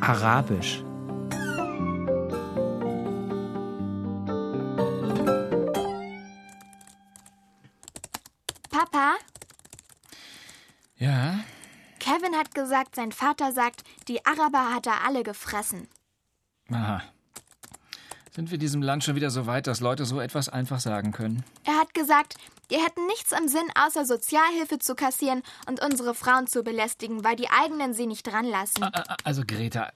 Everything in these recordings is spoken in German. Arabisch. Papa, Ja, Kevin hat gesagt, sein Vater sagt, die Araber hat er alle gefressen. aha. Sind wir diesem Land schon wieder so weit, dass Leute so etwas einfach sagen können? Er hat gesagt, die hätten nichts im Sinn, außer Sozialhilfe zu kassieren und unsere Frauen zu belästigen, weil die eigenen sie nicht ranlassen. Ah, ah, Also, Greta,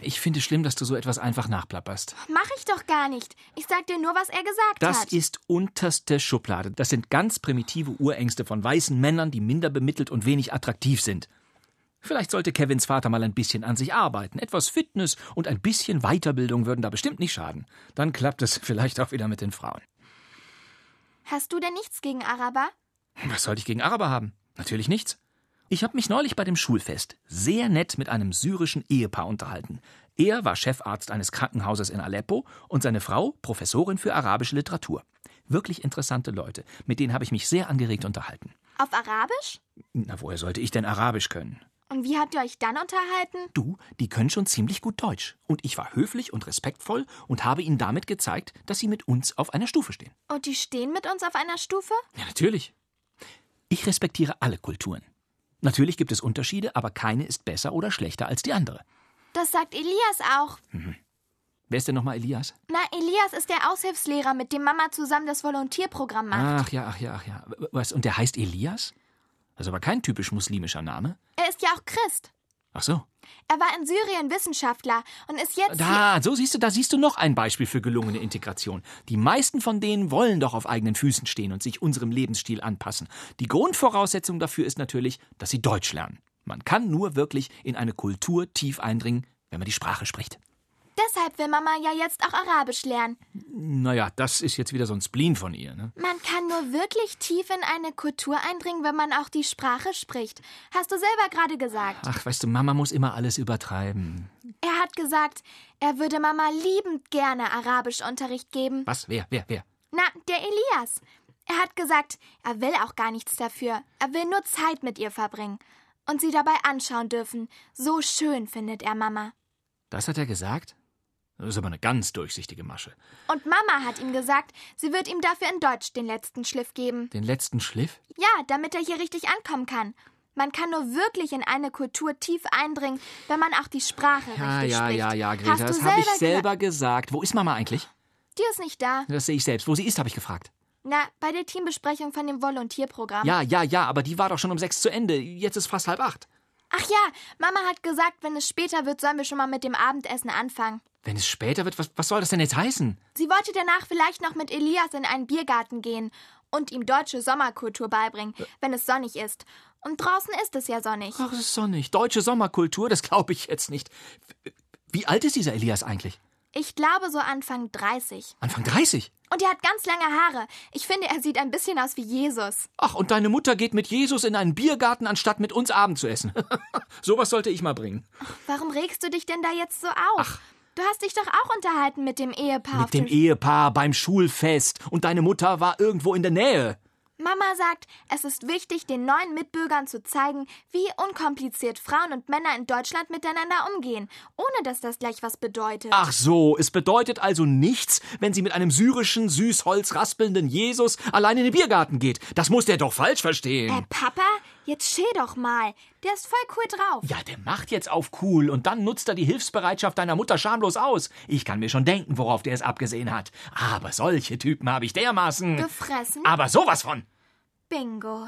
ich finde es schlimm, dass du so etwas einfach nachplapperst. Mach ich doch gar nicht. Ich sag dir nur, was er gesagt Das hat. ist unterste Schublade. Das sind ganz primitive Urängste von weißen Männern, die minder bemittelt und wenig attraktiv sind. Vielleicht sollte Kevins Vater mal ein bisschen an sich arbeiten. Etwas Fitness und ein bisschen Weiterbildung würden da bestimmt nicht schaden. Dann klappt es vielleicht auch wieder mit den Frauen. Hast du denn nichts gegen Araber? Was sollte ich gegen Araber haben? Natürlich nichts. Ich habe mich neulich bei dem Schulfest sehr nett mit einem syrischen Ehepaar unterhalten. Er war Chefarzt eines Krankenhauses in Aleppo und seine Frau Professorin für arabische Literatur. Wirklich interessante Leute, mit denen habe ich mich sehr angeregt unterhalten. Auf Arabisch? Na, woher sollte ich denn Arabisch können? Und wie habt ihr euch dann unterhalten? Du, die können schon ziemlich gut Deutsch. Und ich war höflich und respektvoll und habe ihnen damit gezeigt, dass sie mit uns auf einer Stufe stehen. Und die stehen mit uns auf einer Stufe? Ja, natürlich. Ich respektiere alle Kulturen. Natürlich gibt es Unterschiede, aber keine ist besser oder schlechter als die andere. Das sagt Elias auch. Wer ist denn nochmal Elias? Na, Elias ist der Aushilfslehrer, mit dem Mama zusammen das Volontierprogramm macht. Ach ja, ach ja, ach ja. Was, und der heißt Elias? Das ist aber kein typisch muslimischer Name. Er ist ja auch Christ. Ach so. Er war in Syrien Wissenschaftler und ist jetzt. hier- Da, so siehst du, da siehst du noch ein Beispiel für gelungene Integration. Die meisten von denen wollen doch auf eigenen Füßen stehen und sich unserem Lebensstil anpassen. Die Grundvoraussetzung dafür ist natürlich, dass sie Deutsch lernen. Man kann nur wirklich in eine Kultur tief eindringen, wenn man die Sprache spricht. Deshalb will Mama ja jetzt auch Arabisch lernen. Naja, das ist jetzt wieder so ein Spleen von ihr, ne? Man kann nur wirklich tief in eine Kultur eindringen, wenn man auch die Sprache spricht. Hast du selber gerade gesagt. Ach, weißt du, Mama muss immer alles übertreiben. Er hat gesagt, er würde Mama liebend gerne Arabischunterricht geben. Was? Wer? Wer? Wer? Na, der Elias. Er hat gesagt, er will auch gar nichts dafür. Er will nur Zeit mit ihr verbringen und sie dabei anschauen dürfen. So schön findet er Mama. Das hat er gesagt? Das ist aber eine ganz durchsichtige Masche. Und Mama hat ihm gesagt, sie wird ihm dafür in Deutsch den letzten Schliff geben. Den letzten Schliff? Ja, damit er hier richtig ankommen kann. Man kann nur wirklich in eine Kultur tief eindringen, wenn man auch die Sprache Ja, richtig ja, spricht. ja, ja, Hast Greta, du das habe ich gesa- selber gesagt. Wo ist Mama eigentlich? Die ist nicht da. Das sehe ich selbst. Wo sie ist, habe ich gefragt. Na, bei der Teambesprechung von dem Volontierprogramm. Ja, ja, ja, aber die war doch schon um sechs zu Ende. Jetzt ist fast halb acht. Ach ja, Mama hat gesagt, wenn es später wird, sollen wir schon mal mit dem Abendessen anfangen. Wenn es später wird, was, was soll das denn jetzt heißen? Sie wollte danach vielleicht noch mit Elias in einen Biergarten gehen und ihm deutsche Sommerkultur beibringen, wenn es sonnig ist. Und draußen ist es ja sonnig. Ach, es ist sonnig. Deutsche Sommerkultur, das glaube ich jetzt nicht. Wie alt ist dieser Elias eigentlich? Ich glaube so Anfang 30. Anfang 30? Und er hat ganz lange Haare. Ich finde, er sieht ein bisschen aus wie Jesus. Ach, und deine Mutter geht mit Jesus in einen Biergarten, anstatt mit uns Abend zu essen. Sowas sollte ich mal bringen. Warum regst du dich denn da jetzt so auf? Du hast dich doch auch unterhalten mit dem Ehepaar. auf Mit dem Ehepaar beim Schulfest. Und deine Mutter war irgendwo in der Nähe. Mama sagt, es ist wichtig, den neuen Mitbürgern zu zeigen, wie unkompliziert Frauen und Männer in Deutschland miteinander umgehen, ohne dass das gleich was bedeutet. Ach so, es bedeutet also nichts, wenn sie mit einem syrischen, süßholzraspelnden Jesus allein in den Biergarten geht. Das muss der doch falsch Äh, verstehen. Papa, jetzt chill doch mal. Der ist voll cool drauf. Ja, der macht jetzt auf cool und dann nutzt er die Hilfsbereitschaft deiner Mutter schamlos aus. Ich kann mir schon denken, worauf der es abgesehen hat. Aber solche Typen habe ich dermaßen. Gefressen? Aber sowas von. Bingo.